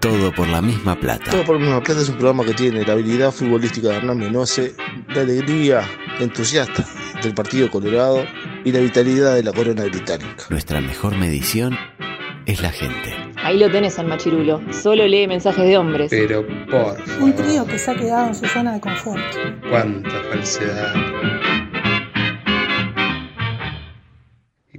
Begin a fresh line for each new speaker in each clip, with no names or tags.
Todo por la misma plata.
Todo por la misma plata es un programa que tiene la habilidad futbolística de Hernán Menose, la alegría entusiasta del Partido Colorado y la vitalidad de la corona británica.
Nuestra mejor medición es la gente.
Ahí lo tenés al machirulo. Solo lee mensajes de hombres.
Pero por favor.
Un trío que se ha quedado en su zona de confort.
Cuánta falsedad.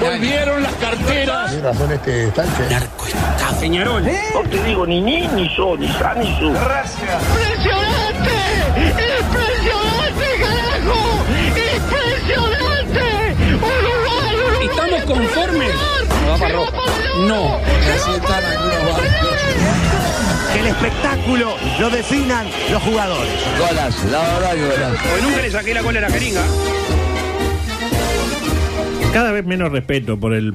Volvieron las carteras.
Peñarol. ¿Estamos conformes? No.
Que el espectáculo lo definan los jugadores.
Porque Pues nunca le saqué la cola a la jeringa.
Cada vez menos respeto por el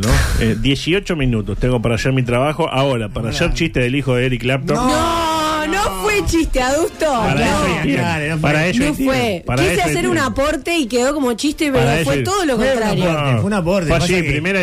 ¿no? Eh, 18 minutos tengo para hacer mi trabajo. Ahora, para hacer chiste del hijo de Eric Clapton.
No, no fue chiste, adusto.
Para eso hay tiempo.
claro, no
para eso hay
No
tiempo.
fue.
Para
Quise
eso hay
hacer un
tiempo.
aporte y quedó como chiste,
Para
pero
eso
fue
hay-
todo lo contrario.
No,
Fue un aporte,
Fue
pasa
así,
que-
primera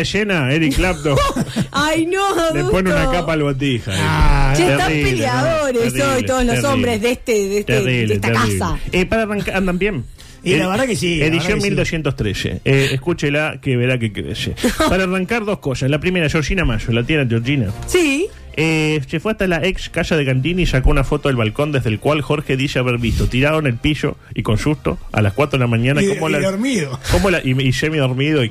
escena, Eric Clapton.
Ay, no, adusto.
le pone una capa al botija.
Ah,
Che, están
Terrible,
peleadores
¿no?
hoy
Terrible,
todos los
terrible.
hombres de este, de este- de
Terrible,
esta
terrible.
casa.
Eh, para arrancar, andan bien.
Y la
Eh,
verdad que sí, la verdad
Edición
que sí.
1213. Eh, escúchela que verá que crece. Para arrancar dos cosas. La primera, Georgina Mayo, la tía Georgina.
Sí.
Eh, se fue hasta la ex casa de Cantini y sacó una foto del balcón desde el cual Jorge dice haber visto tirado en el pillo y con susto a las 4 de la mañana.
Y-
cómo
y
la-
dormido.
cómo la- y, y semi dormido y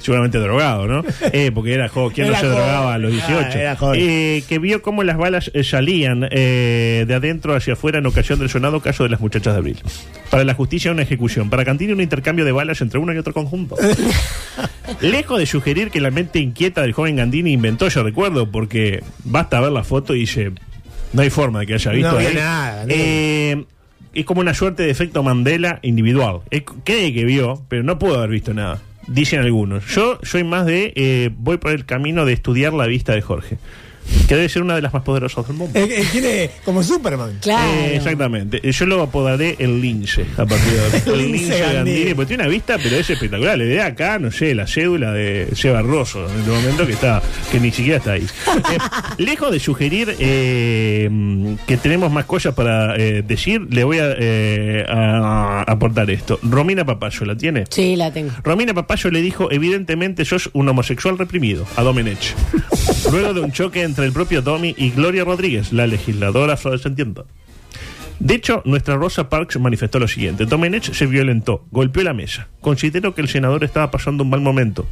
seguramente drogado, ¿no? Eh, porque era joven, ¿quién no
Era
se
joven,
drogaba a los 18?
ah, era joven.
Eh, que vio cómo las balas eh, salían eh, de adentro hacia afuera en ocasión del sonado caso de las muchachas de abril. Para la justicia una ejecución, para Cantini un intercambio de balas entre uno y otro conjunto. Lejos de sugerir que la mente inquieta del joven Gandini inventó ese recuerdo, porque basta ver la foto y dice, no hay forma de que haya visto
No había
ahí".
nada, no.
Eh, es como una suerte de efecto Mandela individual. Él cree que vio, pero no pudo haber visto nada. Dicen algunos. Yo soy más de, eh, voy por el camino de estudiar la vista de Jorge, que debe ser una de las más poderosas del mundo.
Él, él tiene como Superman.
Claro.
Eh, exactamente. Eh, Yo lo apodaré el lince a partir de ahora.
El
el
lince
lince
Gandini.
Gandini. Porque tiene una vista, pero es espectacular. Le ve acá, no sé, la cédula de Seba Rosso en el momento que está, que ni siquiera está ahí. Eh, lejos de sugerir eh, mm, que tenemos más cosas para eh, decir, le voy a, eh, a- a aportar esto. Romina Papayo, ¿la tiene?
Sí, la tengo.
Romina Papayo le dijo, evidentemente sos un homosexual reprimido, a Domenech. Luego de un choque entre el propio Domi y Gloria Rodríguez, la legisladora afrodescendiente. De hecho, nuestra Rosa Parks manifestó lo siguiente. Domenech se violentó, golpeó la mesa. Considero que el senador estaba pasando un mal momento.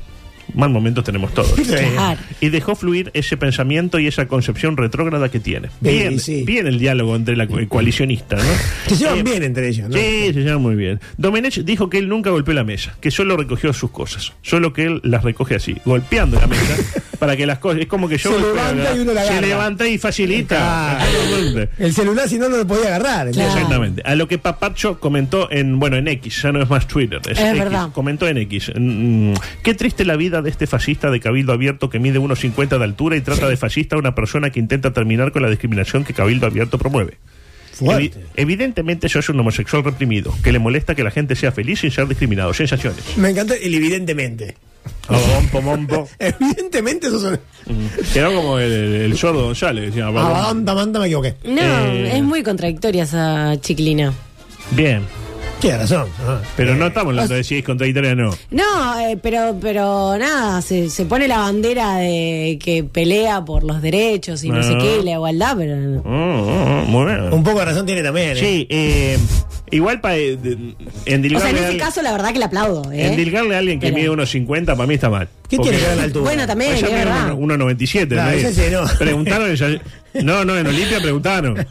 Mal momento tenemos todos.
Claro.
Y dejó fluir ese pensamiento y esa concepción retrógrada que tiene. Bien,
sí.
bien el diálogo entre la co- coalicionista, ¿no?
Se llevan
Eh,
bien entre ellos, ¿no?
Sí, se llevan muy bien. Domenech dijo que él nunca golpeó la mesa, que solo recogió sus cosas. Solo que él las recoge así, golpeando la mesa, para que las cosas. Es como que yo.
Se
golpeo,
levanta
¿verdad?
y uno la
Se
agarra.
levanta y facilita.
Claro.
Exactamente.
El celular si no no lo podía agarrar.
Claro.
Exactamente. A lo que Papacho comentó en, bueno, en X, ya no es más Twitter. Es,
Es
X.
verdad.
Comentó en X. mm, qué triste la vida de este fascista de Cabildo Abierto que mide 1,50 de altura y trata de fascista a una persona que intenta terminar con la discriminación que Cabildo Abierto promueve.
Fuerte.
Evi- evidentemente yo soy un homosexual reprimido, que le molesta que la gente sea feliz sin ser discriminado. Sensaciones.
Me encanta el evidentemente.
Oh, Mompo, mompo.
Evidentemente eso son...
Quedó como el, el- el sordo González. decía,
Ah, banda, banda, me equivoqué.
No,
Eh.
es muy contradictoria esa chiclina.
Bien,
Tiene razón. ah.
pero no estamos hablando de si es contradictoria o no.
No, eh, pero pero nada, se, se pone la bandera de que pelea por los derechos y no,
No.
sé qué, y la igualdad, pero...
Mm, mm, mm, Ah, muy bien.
Un poco de razón tiene también. ¿eh?
Sí, eh, Igual para
O sea, en ese caso, la verdad que le aplaudo. ¿eh?
Endilgarle a alguien que
Pero-
mide 1,50 para mí está mal.
¿Qué
Porque-
tiene que ver la altura?
Bueno, también,
Ella
es
mide
verdad.
1,97.
Claro,
nadie-
ese no.
Preguntaron ella- No, no, en Olimpia preguntaron.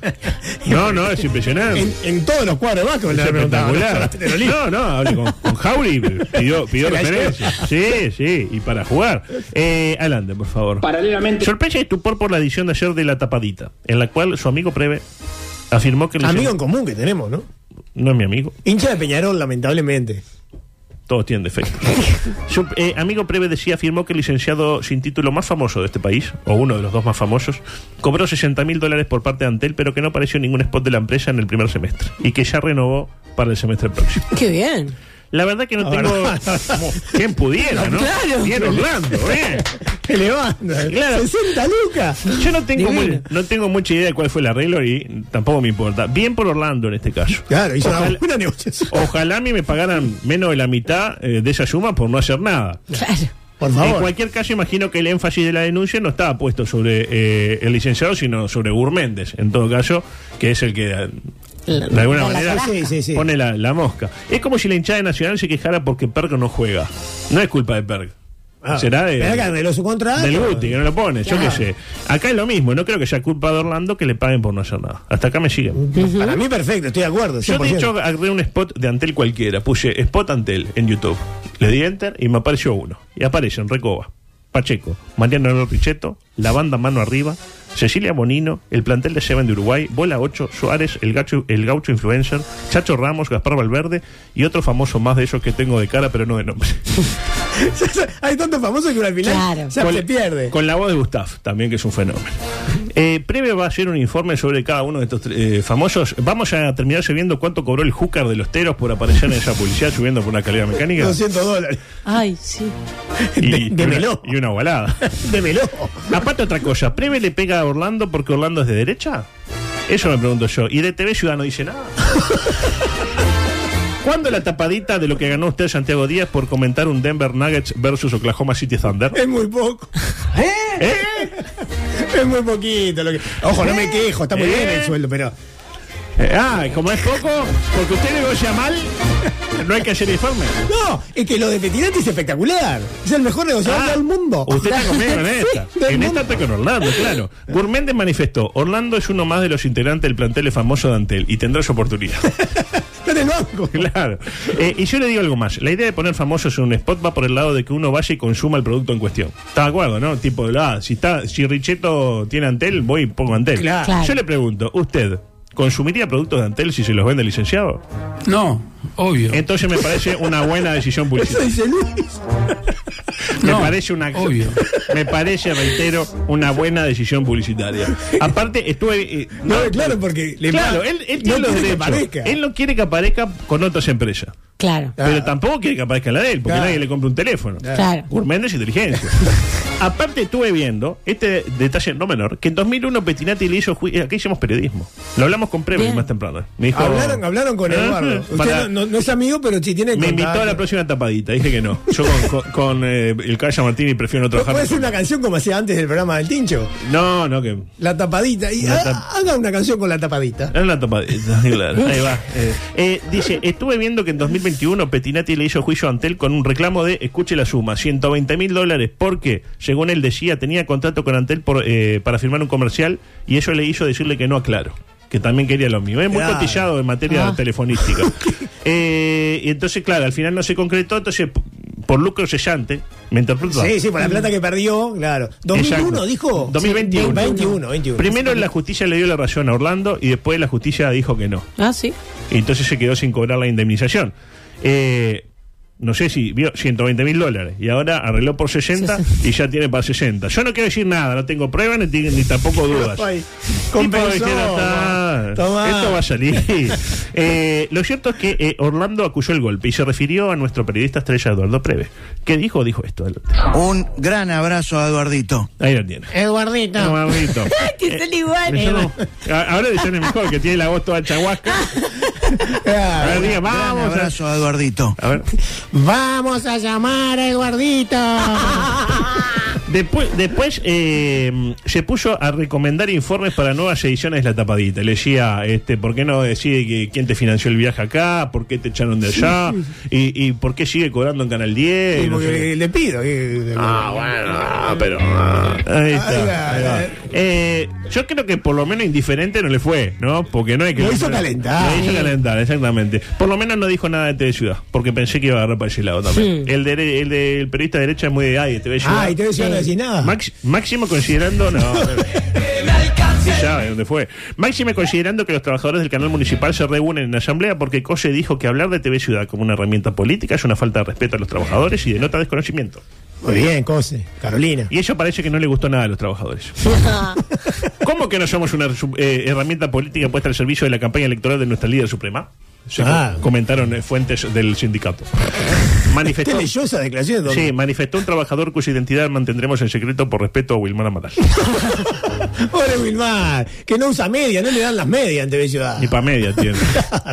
No, no, es impresionante.
En, en todos los cuadros de básquet
Es
le preguntaban,
espectacular.
solamente en Olimpia.
No, no, hablé con, con Jauregui, pidió, pidió
Se la
referencia. Sí, sí, y para jugar. Eh, adelante, por favor.
Paralelamente.
Sorpresa y estupor por la edición de ayer de La Tapadita, en la cual su amigo Preve afirmó que... le
Amigo en
llamó-
común que tenemos, ¿no?
No es mi amigo.
Hincha de Peñarol, lamentablemente.
Todos tienen defectos. Su eh, amigo Preve decía, afirmó que el licenciado sin título más famoso de este país, o uno de los dos más famosos, cobró 60 mil dólares por parte de Antel, pero que no apareció en ningún spot de la empresa en el primer semestre y que ya renovó para el semestre próximo.
Qué bien.
La verdad que no
La
tengo.
Ah, verdad.
Como, ¿Quién pudiera, no?
Claro.
Bien Orlando, ¿eh?
Elevando.
Claro.
60 lucas.
Yo no tengo,
Divino.
muy- no tengo mucha idea de cuál fue el arreglo y tampoco me importa. Bien por Orlando en este caso.
Claro, hizo una
Ojalá-
buena negociación.
Ojalá a mí me pagaran menos de la mitad eh, de esa suma por no hacer nada.
Claro.
Por
En
favor.
cualquier caso, imagino que el énfasis de la denuncia no estaba puesto sobre eh, el licenciado, sino sobre Gurméndez, en todo caso, que es el que eh, de alguna
la
manera
caraja.
Sí, sí, sí.
pone la, la mosca. Es como si la hinchada de Nacional se quejara porque Perg no juega. No es culpa de Perg.
Ah,
Será de,
Pero que arregló su contrato.
del Guti, que no lo pone, yo qué
Claro.
sé. Acá es lo mismo, no creo que sea culpa de Orlando que le paguen por no hacer nada. Hasta acá me siguen.
Para mí perfecto, estoy de acuerdo.
Yo, de
100%.
hecho, agarré un spot de Antel cualquiera. Puse spot Antel en YouTube. Le di enter y me apareció uno. Y aparecen Recoba, Pacheco, Mariano Leonor Pichetto, la banda Mano Arriba, Cecilia Bonino, el plantel de Seven de Uruguay, Bola 8, Suárez, el gaucho, el gaucho influencer, Chacho Ramos, Gaspar Valverde y otro famoso más de esos que tengo de cara pero no de nombre.
Hay tantos famosos que al final
Claro.
ya se pierde.
Con la voz de Gustav, también que es un fenómeno. Eh, Preve va a hacer un informe sobre cada uno de estos eh, famosos. Vamos a terminar sabiendo cuánto cobró el Júcar de los Teros por aparecer en esa publicidad subiendo por una escalera mecánica.
200 dólares.
Ay, sí.
de-
y,
démelo.
y una ovalada.
Démelo.
Aparte otra cosa, ¿Preve le pega a Orlando porque Orlando es de derecha? Eso me pregunto yo. Y de TV Ciudad no dice nada. ¿Cuándo la tapadita de lo que ganó usted Santiago Díaz por comentar un Denver Nuggets versus Oklahoma City Thunder?
Es muy poco.
¿Eh?
Es muy poquito. Lo que... Ojo, no me quejo, está muy bien
¿Eh?
el sueldo, pero.
Eh, ah, y como es poco, porque usted negocia mal, no hay que hacer informe.
No, es que lo de Petinati es espectacular. Es el mejor negociador
Ah,
del mundo.
Usted está conmigo en esta.
Sí, del
en
mundo.
esta está con Orlando, claro. Gourméndez manifestó, Orlando es uno más de los integrantes del plantel famoso de Antel y tendrá su oportunidad.
Está en el banco.
claro. Eh, y yo le digo algo más. La idea de poner famosos en un spot va por el lado de que uno vaya y consuma el producto en cuestión. ¿Está de acuerdo, no? Tipo, ah, si, está, si Richetto tiene Antel, voy y pongo Antel.
Claro.
Claro.
Yo le pregunto, ¿usted consumiría productos de Antel si se los vende el licenciado?
No, obvio.
Entonces me parece una buena decisión
Eso
publicitaria.
dice Luis.
Me
No,
parece una
obvio.
Me parece, reitero, una buena decisión publicitaria. Aparte, estuve. eh,
No, claro, porque le
claro,
pa-
él, él
no
tiene
quiere
los
que
derechos.
aparezca.
Él no quiere que aparezca con otras empresas.
Claro.
Ah.
Pero tampoco quiere que aparezca la de él, porque
Claro.
nadie le compra un teléfono.
Claro.
Gourmet es inteligencia. Aparte, estuve viendo, este detalle no menor, que en 2001 Petinati le hizo juicio. Aquí hicimos periodismo. Lo hablamos con Previ
Bien.
más temprano. ¿eh? Me dijo-
Hablaron, hablaron con
Ah,
Eduardo. Usted no,
para-
no- no es amigo, pero sí tiene
me
contacto.
invitó a la próxima tapadita, dije que no. Yo con, con- con, eh, el Calla Martini prefiero no
¿No
trabajar.
puede ser una canción como hacía antes del programa del Tincho?
No, no, que.
La tapadita. Y,
La
ha-
tap-
Haga una canción con la tapadita.
Era una tapadita, claro. Ahí va. Eh, eh, dice, estuve viendo que en 2021 Petinati le hizo juicio a Antel con un reclamo de, escuche la suma, 120 mil dólares, porque, según él decía, tenía contrato con Antel por, eh, para firmar un comercial y eso le hizo decirle que no a Claro, que también quería lo mismo. Es muy
Claro.
cotillado en materia
Ah.
telefonística. Eh, y entonces, claro, al final no se concretó, entonces, p- por lucro sellante, me interpreto.
Sí, sí, por la plata que perdió, claro. 2001
Exacto.
dijo.
2021.
21, 21.
Primero la justicia le dio la razón a Orlando y después la justicia dijo que no.
Ah, sí.
Y entonces se quedó sin cobrar la indemnización. Eh, no sé si vio 120 mil dólares y ahora arregló por 60
Sí,
y ya tiene para 60. Yo no quiero decir nada, no tengo pruebas ni, ti- ni tampoco dudas.
Ay,
Tipo,
compensó.
dijeron, "Ah,
Tomá.
Esto va a salir. Eh, lo cierto es que eh, Orlando acusó el golpe y se refirió a nuestro periodista estrella Eduardo Preve. ¿Qué dijo? Dijo esto.
Un gran abrazo a Eduardito.
Ahí lo tiene.
Eduardito.
Eduardito.
que son iguales.
Yo no. Eh, A- Ahora dicen es mejor que tiene la voz toda chahuasca. A ver, diga,
Un
vamos.
abrazo a Eduardito.
A, a ver.
Vamos a llamar a Eduardito.
Después, después eh, se puso a recomendar informes para nuevas ediciones de La Tapadita. Le decía, este, ¿por qué no decide que, quién te financió el viaje acá? ¿Por qué te echaron de allá? Y, y por qué sigue cobrando en Canal 10? Y no
Porque
sé qué.
le pido. eh, que-
Ah, bueno, ah, pero. ah. Ahí está, ahí va. Eh, yo creo que por lo menos indiferente no le fue, ¿no? Porque no hay que.
Lo hizo calentar.
Lo hizo calentar, exactamente. Por lo menos no dijo nada de TV Ciudad, porque pensé que iba a agarrar para ese lado también. El, de, el del periodista de derecha es muy de. Ay, TV Ciudad.
Ah, y te voy a decir, no decís nada.
Max- máximo considerando. No. Sí sabe dónde fue. Máxime considerando que los trabajadores del canal municipal se reúnen en asamblea porque Cose dijo que hablar de TV Ciudad como una herramienta política es una falta de respeto a los trabajadores y denota desconocimiento.
Muy bien, Cose. Carolina.
Y eso parece que no le gustó nada a los trabajadores. ¿Cómo que no somos una su- eh, herramienta política puesta al servicio de la campaña electoral de nuestra líder suprema? Se
Ah.
co- Comentaron eh, fuentes del sindicato. Manifestó,
¿Usted leyó esa declaración? don-
sí, manifestó un trabajador cuya identidad mantendremos en secreto por respeto a Wilmar Amaral.
Pobre Wilmar, que no usa media, no le dan las medias en TV Ciudad.
Ni pa' media tiene.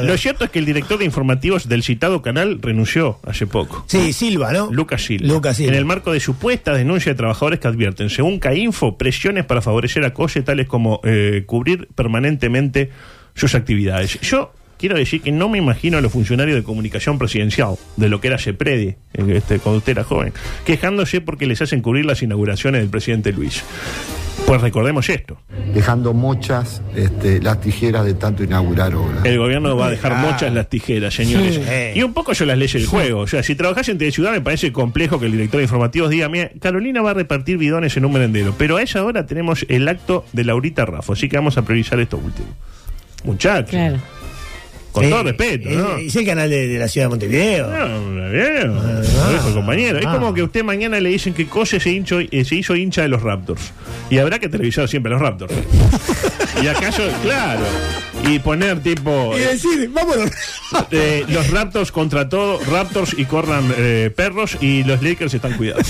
Lo cierto es que el director de informativos del citado canal renunció hace poco.
Sí, Silva, ¿no?
Lucas Silva.
Lucas Silva.
En el marco de supuesta denuncia de trabajadores que advierten, según Cainfo, presiones para favorecer a COSE tales como eh, cubrir permanentemente sus actividades. Yo quiero decir que no me imagino a los funcionarios de comunicación presidencial, de lo que era CEPREDI, eh, este, cuando usted era joven, quejándose porque les hacen cubrir las inauguraciones del presidente Luis. Pues recordemos esto.
dejando muchas este, las tijeras de tanto inaugurar obras.
El gobierno va a dejar muchas las tijeras, señores.
Ah. Sí.
Y un poco yo las leyes del juego. O sea, si trabajás en Ciudad me parece complejo que el director de informativos diga, mira, Carolina va a repartir bidones en un merendero. Pero a esa hora tenemos el acto de Laurita Raffo, así que vamos a priorizar esto último. Muchachos,
Claro.
con
Sí,
todo respeto,
eh,
¿no?
Es el canal de, de la ciudad de Montevideo.
No, la veo, lo dijo el compañero. Es
ah.
como que usted mañana le dicen que Cose se, hincho- eh, se hizo hincha de los Raptors. Y habrá que televisar siempre a los Raptors. y acaso, claro. Y poner tipo.
Y decir, vámonos.
Eh, los Raptors contra todo, Raptors y corran eh, perros y los Lakers están cuidados.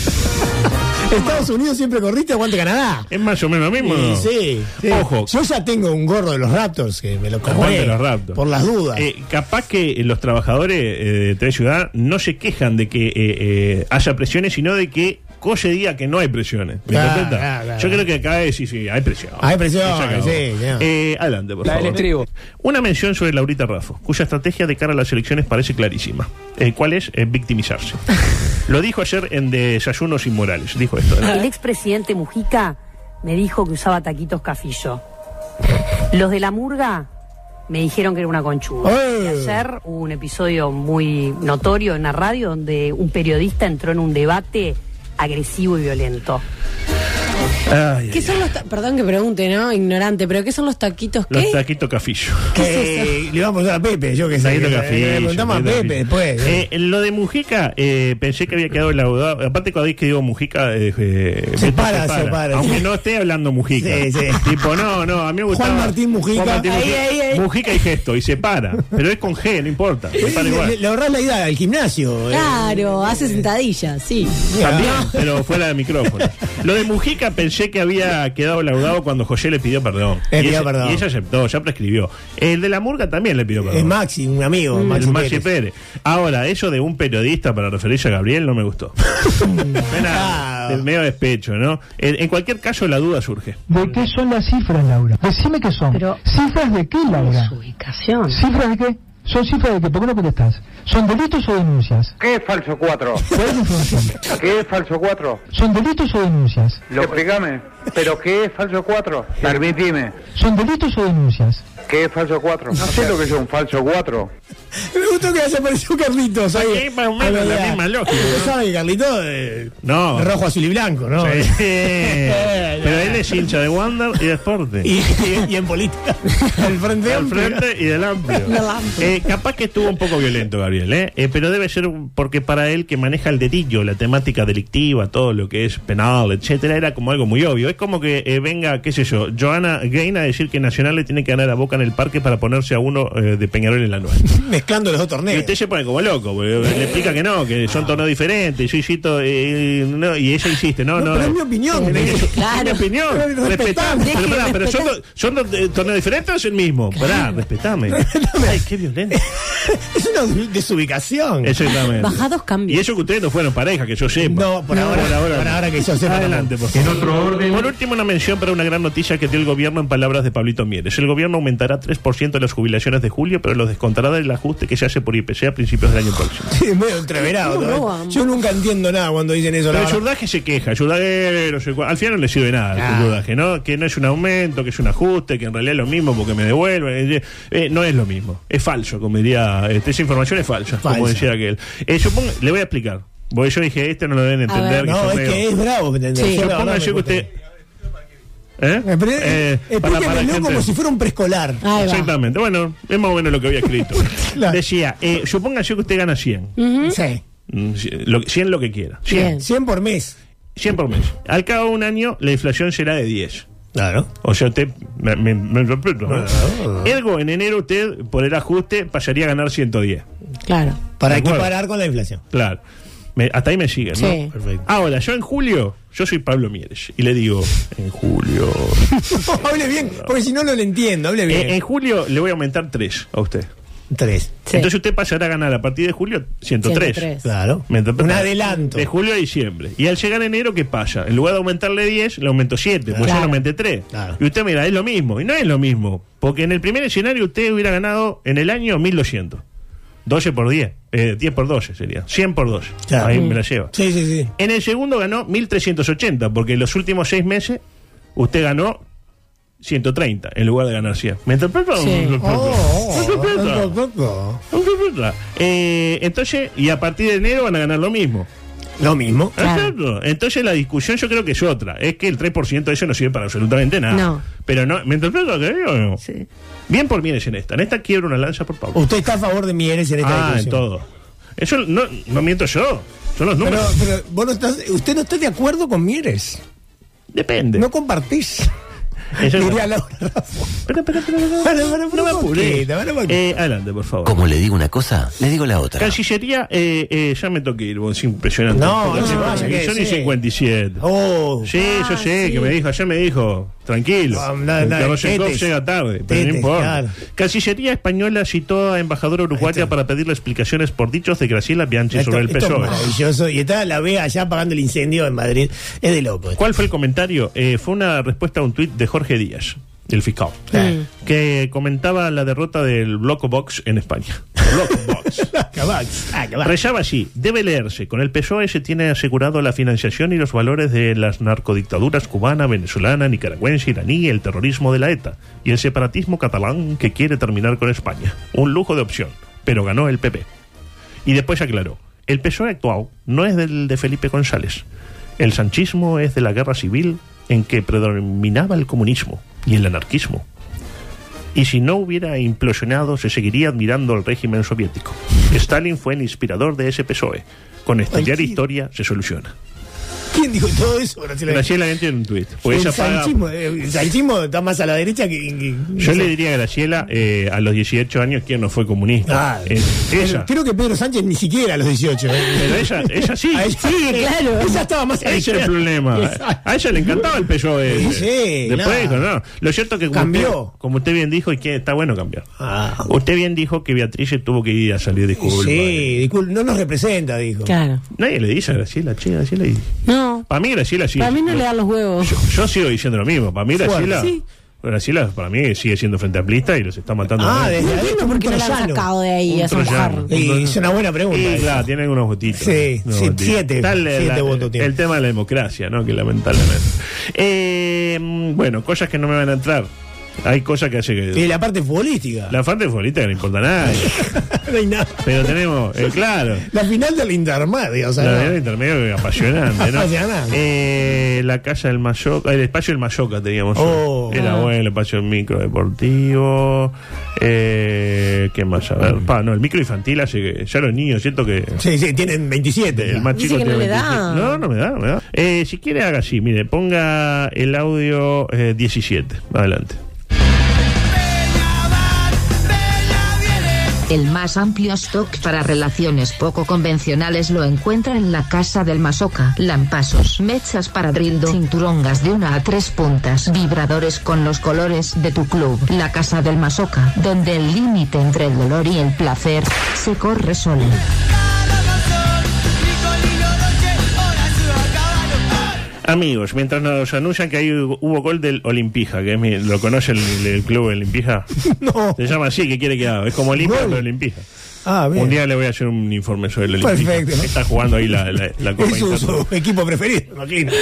Estados Unidos siempre corriste, aguante Canadá.
Es más o menos lo mismo.
Y
¿no?
sí, sí.
Ojo.
Yo ya tengo un gorro de los Raptors que me lo compré.
Aguante los Raptors.
Por las dudas.
Eh, capaz que eh, los trabajadores eh, de Tres Ciudad no se quejan de que eh, eh, haya presiones, sino de que Cose diga que no hay presiones. ¿Me
Claro,
contenta?
claro, claro.
Yo creo que acá es, sí, sí, hay presión.
Hay presión,
Se acabó.
sí, señor.
Eh, adelante, por
La del
favor.
estribo.
Una mención sobre Laurita Raffo, cuya estrategia de cara a las elecciones parece clarísima. Eh, ¿Cuál es? Eh, victimizarse. Lo dijo ayer en Desayunos Inmorales. Dijo esto. ¿no?
El expresidente Mujica me dijo que usaba taquitos cafillo. Los de la murga me dijeron que era una conchuda.
¡Eh!
Y ayer hubo un episodio muy notorio en la radio donde un periodista entró en un debate agresivo y violento.
Ay,
¿Qué son los ta- Perdón que pregunte, ¿no? Ignorante, pero ¿qué son los taquitos qué?
los taquitos cafillo.
Eh, le vamos a preguntar a Pepe, yo que sé.
Taquito
que-
Cafillo,
Le preguntamos a
Taquito
Pepe pues,
Cafillo.
después.
Eh, lo de Mujica, eh, pensé que había quedado laudado. Aparte, cuando que digo Mujica, eh, eh,
Se
Beto
para, se para.
Aunque no esté hablando Mujica.
Sí, sí.
Tipo, no, no, a mí me gustaba.
Juan Martín Mujica. eh, Ahí,
Mujica.
ahí, ahí.
Mujica y gesto, y se para. Pero es con G, no importa. Se para
eh, Le, le-
igual.
le ahorrás la ida al gimnasio. eh.
Claro, hace sentadillas, sí.
Mira.
También, pero fuera de micrófono. Lo de Mujica pensé que había quedado laudado cuando José le pidió perdón.
Le
y,
pidió
ella-
perdón.
y ella aceptó, ya prescribió. El de la Murga también le pidió perdón.
Es Maxi, un amigo. Maxi
Mm. el Maxi
Pérez.
Pérez. Ahora, eso de un periodista para referirse a Gabriel no me gustó. Suena
Ah.
del medio despecho, ¿no? En, en cualquier caso, la duda surge.
¿De qué son las cifras, Laura? Decime qué son.
Pero-
¿Cifras de qué, Laura?
Ubicación.
¿Cifras de qué? ¿Son cifras de qué? ¿Por qué no contestás? ¿Son delitos o denuncias?
¿Qué es falso 4?
¿Cuál es la información?
¿Qué es falso 4?
¿Son delitos o denuncias?
Lo explícame. ¿Pero qué es falso 4? Permitime.
¿Son delitos o denuncias?
¿Qué es falso 4? No sé lo que es un falso 4.
Me gustó que desapareció Carlitos. ahí.
Sí, más o menos
Ahí,
la
ahí.
misma lógica,
Usted
¿no?
sabe, Carlitos? eh,
No.
Rojo, azul y blanco, ¿no?
Sí. Pero él es hincha de Wander y de Sporting.
y, y- y en política. El frente
Del
Amplio.
frente y del amplio.
Del amplio.
Eh, capaz que estuvo un poco violento, Gabriel, ¿eh? Eh, pero debe ser un- porque para él que maneja el dedillo, la temática delictiva, todo lo que es penal, etcétera, era como algo muy obvio. Es como que eh, venga, qué sé yo, Joana Gain a decir que Nacional le tiene que ganar a Boca en el parque para ponerse a uno eh, de Peñarol en la nuez.
Mezclando los dos
Y
torneos.
usted se pone como loco, porque le explica que no, que son torneos diferentes, yo insisto, eh, no, y ella insiste, no,
No,
no.
pero es mi opinión,
Es
me
mi-
dice.
es mi opinión.
Pero respetame.
Respetame. Pero,
Deje de
pará, pero son,
respetar.
do- son dos, eh, torneos diferentes o es el mismo. Pará, respetame. Ay, qué violento.
es una desubicación.
Exactamente.
Bajados cambios.
Y eso que ustedes no fueron pareja, que yo sepa.
No, por ahora, por ahora que yo sepa,
Adelante,
no.
por favor.
En otro orden.
Por último, una mención para una gran noticia que dio el gobierno en palabras de Pablito Mieres. El gobierno aumentará 3% las jubilaciones de julio, pero los descontará del ajuste que se hace por IPC a principios del año próximo.
Sí, medio entreverado.
No,
todo,
no,
¿eh?
amo.
Yo nunca entiendo nada cuando dicen eso. la
Pero el
verdad.
yurdaje se queja, yurdaje, no sé cuál. al final no le sirve nada el
Ah.
yurdaje, ¿no? Que no es un aumento, que es un ajuste, que en realidad es lo mismo porque me devuelven. Eh, eh, no es lo mismo, es falso, como diría, este, esa información es falsa, como
Falsa.
decía aquel. Eh, supongo- le voy a explicar, porque yo dije, este no lo deben entender. que
No,
son
es
medio-
que es bravo. ¿entendés?
Sí.
Yo la
Suponga
verdad
yo
me
que
cuesta.
usted. ¿Eh?
Pero,
Eh,
eh,
para- para
explíquemelo
gente-
como si fuera un preescolar.
Ahí va.
Exactamente, bueno, es más o menos lo que había escrito.
Claro.
Decía, eh, suponga yo que usted gana 100,
Ujú.
Sí.
Mm, cien- lo- 100 lo que quiera, 100,
Bien.
100 por mes.
100 por mes. Al cabo de un año, la inflación será de 10.
Claro.
O sea, usted. Me, me- me interpreto, ¿no? Ergo, en enero usted, por el ajuste, pasaría a ganar 110.
Claro.
Para
De acuerdo.
equiparar con la inflación.
Claro. Me- hasta ahí me siguen, ¿no?
Sí.
Perfecto.
Ahora, yo en julio, yo soy Pablo Mieres y le digo, en julio.
hable bien, porque si no, no lo entiendo. Hable bien.
Eh, en julio le voy a aumentar 3 a usted.
Tres.
Sí.
Entonces usted pasará a ganar a partir de julio 103.
103.
Claro.
¿Me interpreta?
Un adelanto.
De julio a diciembre. Y al llegar enero, ¿qué pasa? En lugar de aumentarle 10, le aumento 7, pues yo
Claro.
le aumenté 3.
Claro.
Y usted mira, es lo mismo. Y no es lo mismo. Porque en el primer escenario usted hubiera ganado en el año 1200. 12 por 10. Eh, 10 por 12 sería. 100 por 12.
Claro.
Ahí
Mm.
me la lleva.
Sí, sí, sí.
En el segundo ganó 1380, porque en los últimos 6 meses usted ganó 130 en lugar de ganar 100. ¿Me interpreta?
Sí.
¿Me interpreta? ¿Me
Oh,
interpreta? Eh, entonces, y a partir de enero van a ganar lo mismo.
Lo mismo.
Claro.
Exacto. Entonces la discusión yo creo que es otra. Es que el 3% de eso no sirve para absolutamente nada.
No.
Pero no, ¿me interpreto lo que digo? o no?
Sí.
Bien por Mieres en esta. En esta quiebra una lanza por Pablo.
Usted está a favor de Mieres en esta
ah, en
discusión.
todo. Eso no, no miento yo. Son los
Pero,
números.
pero vos no estás, usted no está de acuerdo con Mieres.
Depende.
No compartís.
Eso es-
Diría Laura Raffo.
Espera, espera, espera, espera.
Para, para, para,
No me
un
apures.
poquito, para un poquito.
Eh, adelante, por favor.
Como le digo una cosa, le digo la otra.
Cancillería, eh, eh, ya me toqué ir, vos, es impresionante.
No,
Porque
no,
se
no,
vaya,
no,
que
que
son
sí.
y 57.
Oh.
Sí, yo sé,
sí.
que me dijo, ayer me dijo, tranquilo.
Ah, nada, nada,
el Rosenkopf
tetes.
llega tarde, pero
Tetes,
no importa.
claro.
Cancillería española citó a embajadora
Ahí
uruguaya
está.
para pedirle explicaciones por dichos de Graciela Bianchi
Esto-
sobre el
esto es
PSOE.
maravilloso. Y está la vea allá apagando el incendio en Madrid. Es de loco.
¿Cuál fue el comentario? Eh, fue una respuesta a un tuit de Jorge Díaz, el fiscal,
Mm.
que comentaba la derrota del Bloco Box en España. Bloco Box.
ah, Acabax. Acabax.
Rezaba así, debe leerse, con el PSOE se E tiene asegurado la financiación y los valores de las narcodictaduras cubana, venezolana, nicaragüense, iraní, el terrorismo de la ETA y el separatismo catalán que quiere terminar con España. Un lujo de opción, pero ganó el PP. Y después aclaró, el PSOE actual no es del de Felipe González. El sanchismo es de la guerra civil en que predominaba el comunismo y el anarquismo. Y si no hubiera implosionado, se seguiría admirando al régimen soviético. Stalin fue el inspirador de ese PSOE. E. Con estudiar
Ay, sí.
historia se soluciona.
¿Quién dijo todo eso, Graciela?
Graciela Bianchi en un tuit. Pues
el,
ella paga-
sanchismo, eh, el sanchismo está más a la derecha que. que-
Yo
no
le
sé.
diría a Graciela, eh, a los 18 años, ¿quién no fue comunista?
Ah,
Eh, ella.
Creo que Pedro Sánchez ni siquiera a los 18. eh.
Pero ella, ella sí.
A ella- Ella estaba más a la
Ese es el
izquierda.
problema.
Exacto.
A ella le encantaba el PSOE.
Sí,
Después,
claro.
no. Lo cierto es que como
Cambió.
usted- como usted bien dijo, y que está bueno cambiar.
Ah.
Usted bien dijo que Beatriz tuvo que ir a salir de culpa.
Sí, disculpe, no nos representa, dijo.
Claro.
Nadie le dice a Graciela, che, Graciela. y-
No.
Para mí, Graciela sí.
Para mí no le dan los huevos.
Yo, yo sigo diciendo lo mismo. Para mí,
Fuerte.
Graciela.
Sí.
Graciela, para mí, sigue siendo frente amplista y los está matando.
Ah,
a
de-
él.
No entiendo por qué no la
Un
han
troyano.
sacado de ahí
Un
a esa
troyano.
mujer.
Y es una buena pregunta.
Sí,
esa.
claro, tienen algunos votitos.
Sí,
Unos
sí,
votitos.
siete,
Está la-
siete
la-
votos tiene.
El tema de la democracia, ¿no? Que lamentablemente. Eh, mm, bueno, cosas que no me van a entrar. Hay cosas que hace
Y
que.
la parte futbolística.
La fan de futbolista que no importa nada.
no hay nada.
Pero tenemos, eh, claro.
La final del Intermedio, o sea.
La
no.
verdad, intermedio apasionante, ¿no?
Apasionante.
Eh, la casa del Mayoca, el espacio del Mayoca teníamos.
Oh.
Era bueno, el espacio del micro deportivo. Eh, ¿Qué más? A ver, pa, no, el micro infantil hace que ya los niños, siento que.
Sí, sí, tienen 27.
El más
Dice
chico
que no
tiene
le da.
25. No, no me da, no me da. Eh, si quiere, haga así. Mire, ponga el audio eh, 17. Adelante.
El más amplio stock para relaciones poco convencionales lo encuentra en la casa del masoca. Lampasos, mechas para drildo, cinturongas de una a tres puntas, vibradores con los colores de tu club. La casa del masoca, donde el límite entre el dolor y el placer se corre solo.
Amigos, mientras nos anuncian que ahí hubo hubo gol del Olimpija, que es mi- lo conoce el, el club Olimpija.
No.
Se llama así, que quiere que haga. Es como Olimpia,
Gol.
pero Olimpija.
Ah, bien.
Un día le voy a hacer un informe sobre el Olimpija.
Perfecto.
Está jugando ahí la, la, la Copa
Es su,
Intertoto.
su equipo preferido, imagino.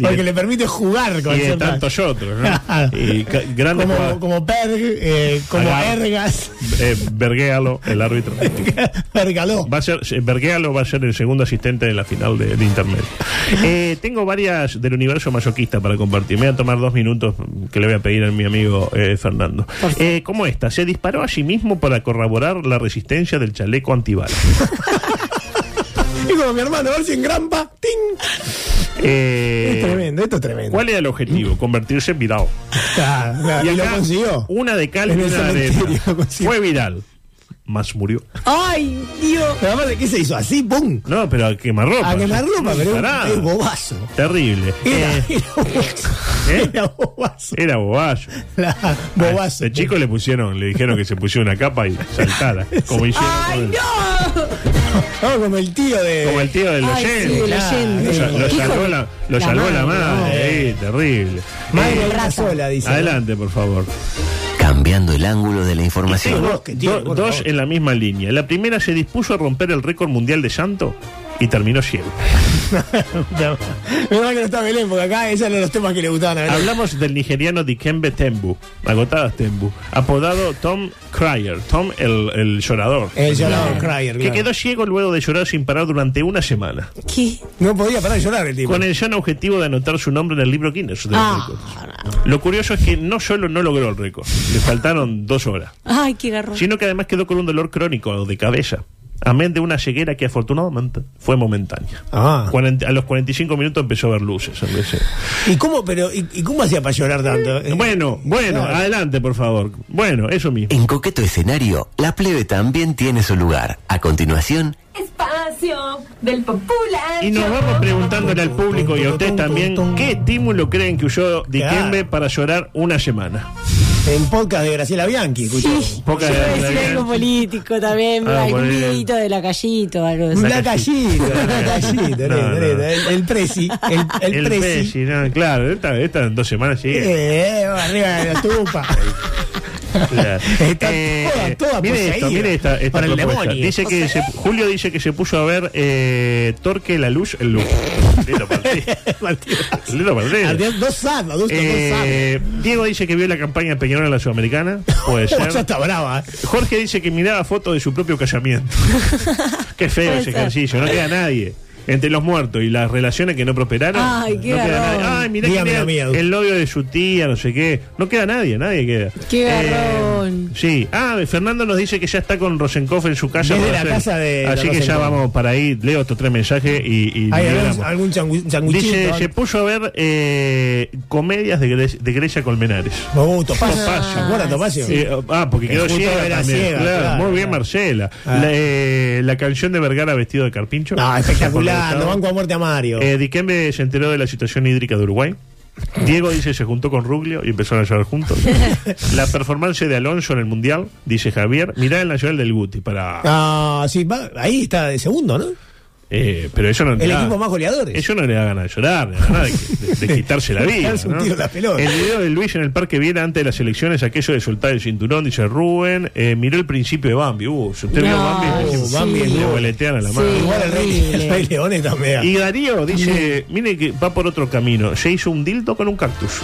Porque
de-
le permite jugar con
Y de
ciertas-
tantos otros, ¿no? Y ca- grandes
como,
jugadores.
como Perg, eh, como
Acá.
Ergas,
Eh, Berguéalo, el árbitro.
Bergaló.
Va a ser, Berguéalo va a ser el segundo asistente de la final de, de Internet. Eh, tengo varias del universo masoquista para compartir. Me voy a tomar dos minutos que le voy a pedir a mi amigo eh, Fernando. Eh, como esta, se disparó a sí mismo para corroborar la resistencia del chaleco antibalas.
Y como mi hermano, a ver si en Grampa. ¡Ting!
Eh,
es tremendo, esto es tremendo.
¿Cuál era el objetivo? Convertirse en viral.
Ah, ah, y, lo
acá,
consiguió.
Una de cal y
En el
una de
cementerio
arena.
lo consiguió.
Fue viral. Más murió.
¡Ay, Dios! Pero aparte, ¿qué se hizo? Así, ¡pum!
No, pero a quemarropa.
A quemarropa, pero es un-
Pará.
es bobazo.
Terrible.
Era,
Eh,
era bobazo.
¿eh?
Era bobazo.
Era bobazo.
La- bobazo.
El chico le pusieron, le dijeron que se pusiera una capa y saltara. Como hicieron con el,
Ah, como el tío de.
como el tío del
Ay,
oyente.
sí, del
Claro,
oyente.
Lo, sa- lo
Hijo
salvó
de-
la, lo
la
salvó la
madre,
madre. eh, terrible.
Madre
Eh,
una sola, dice.
adelante, por favor.
Cambiando el ángulo de la
Tengo
información.
vos que tiene,
do-
por
dos
favor.
en la misma línea. La primera se dispuso a romper el récord mundial de llanto y terminó ciego.
Ya. Menos mal que no está Belén, porque acá esos eran los temas que le gustaban a Belén.
Hablamos del nigeriano Dikembe Tembu, agotadas Tembu, apodado Tom Cryer, Tom el, el llorador.
El llorador Cryer,
Que
Eh, claro.
quedó ciego luego de llorar sin parar durante una semana,
¿Qué?
No podía parar de llorar el tipo.
con el sano objetivo de anotar su nombre en el libro Guinness. de los
Ah,
récords. Lo curioso es que no solo no logró el récord, le faltaron dos horas,
Ay, qué garro.
sino que además quedó con un dolor crónico de cabeza, amén de una ceguera que afortunadamente fue momentánea.
Ah. Eh,
Cuarenta- a los 45 minutos empezó a ver luces. en vez de-
¿Y cómo, pero, y, y cómo hacía para llorar tanto? Eh,
Bueno, bueno,
Claro.
adelante por favor. Bueno, eso mismo.
En coqueto escenario, la plebe también tiene su lugar. A continuación,
Espacio del popular.
Y nos vamos preguntándole al público y a usted también qué estímulo creen que usó Dikembe para llorar una semana.
En podcast de Graciela Bianchi, escuché.
Sí.
Poca
Yo iba a
de-
decir algo político también,
Ah,
algún
político.
videito de la callito, algo así.
La callita, la callita,
No,
nena,
no.
nena, El, el presi, el, el,
El
presi.
Prezi, no, claro, esta, esta en dos semanas sigue.
Eh, eh, arriba de la tupa.
Claro.
Está
Eh,
toda, toda
mire esto,
poseída
mire esta, esta
por el
propuesta.
demonio.
Dice que se- Julio dice que se puso a ver eh, Torque la luz, el luz. Lindo partido. Lindo partido.
Ardió Dos sábados, dos, dos sábados.
Eh, Diego dice que vio la campaña de Peñarol en la Sudamericana. Puede ser.
Ya está brava. eh.
Jorge dice que miraba fotos de su propio casamiento. qué feo ese ejercicio, no queda nadie. Entre los muertos y las relaciones que no prosperaron,
Ay, qué
no queda
garrón.
nadie. Ay, mirá
Dígame
quién era
la mía, Dulce.
el novio de su tía, no sé qué. No queda nadie, nadie queda. Eh,
Qué garrón.
sí. Ah, Fernando nos dice que ya está con Rosenkoff en su casa.
Desde
para
la
hacer-
casa de- de
Así que ya
Rosenkoff.
vamos para ahí. Leo estos tres mensajes y, y
Hay
liberamos.
algún, algún changu- sanguchito.
Dice, se
algo.
puso a ver eh, comedias de, Gre- de Grecia Colmenares.
Oh, Topacio.
Topacio.
¿Se acuerda, Topacio?
Eh, ah, porque
Eh,
quedó
justo
ciega
era
también.
ciega,
Claro,
claro,
muy bien,
claro.
Marcela.
Ah.
La, eh, la canción de Vergara vestido de carpincho.
Ah, espectacular.
Por
No
lo
banco
gustado.
a muerte a Mario.
Eh, Dikembe se enteró de la situación hídrica de Uruguay. Diego dice se juntó con Ruglio y empezaron a llorar juntos. la performance de Alonso en el Mundial, dice Javier. Mirá el Nacional del Guti para...
Ah, sí, va- ahí está de segundo, ¿no?
Eh, pero eso no
El equipo más goleador.
Eso no le da ganas de llorar, le da ganas de, de- de quitarse la vida.
Darse un
¿no?
tiro en la pelota.
El video de Luis en el parque viene antes de las elecciones, aquello de soltar el cinturón, dice Rubén. Eh, miró el principio de Bambi. Uh, si usted vio
No,
Bambi,
Oh,
le-
Bambi es
le
duro.
boletean a la
Sí.
mano.
Igual el rey,
horrible.
el rey León está mega.
Y Darío dice, mire que va por otro camino. Se hizo un dildo con un cactus.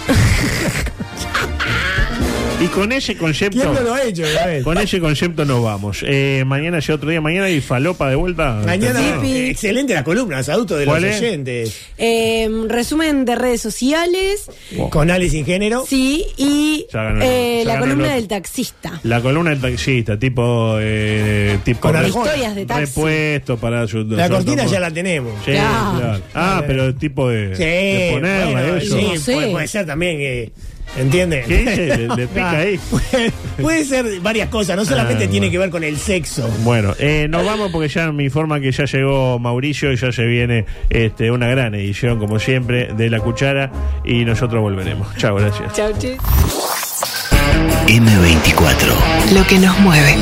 y con ese concepto...
¿Quién no lo ha hecho? una vez?
Con ese concepto nos vamos. Eh, mañana sea otro día, mañana y falopa de vuelta.
Mañana,
¿Entendés?
Yipi.
excelente la columna, saludo de los
¿Cuál es?
oyentes.
Eh, resumen de redes sociales,
Con Ali sin género.
sí, y
Ya ganó el-
eh,
ya
la
ganó el
columna
otro.
del taxista.
La columna del taxista, tipo. Eh, tipo
Con
re-
Arjona.
Historias de taxi.
Repuesto para su.
la
su-
cortina
su-
ya la tenemos.
Sí,
Claro.
claro. Ah, pero tipo de.
Sí,
de ponerla,
bueno,
eso.
sí,
No sé.
puede, puede ser también que ¿Entienden? Ah,
¿Qué dice? Le- le pica ahí.
Puede, puede ser varias cosas, no solamente
Ah,
tiene
bueno.
que ver con el sexo.
Bueno, eh, nos vamos porque ya me informan que ya llegó Mauricio y ya se viene este, una gran edición, como siempre, de La Cuchara y nosotros volveremos. Chao, gracias.
Chau, chis.
M24.
Lo que nos mueve.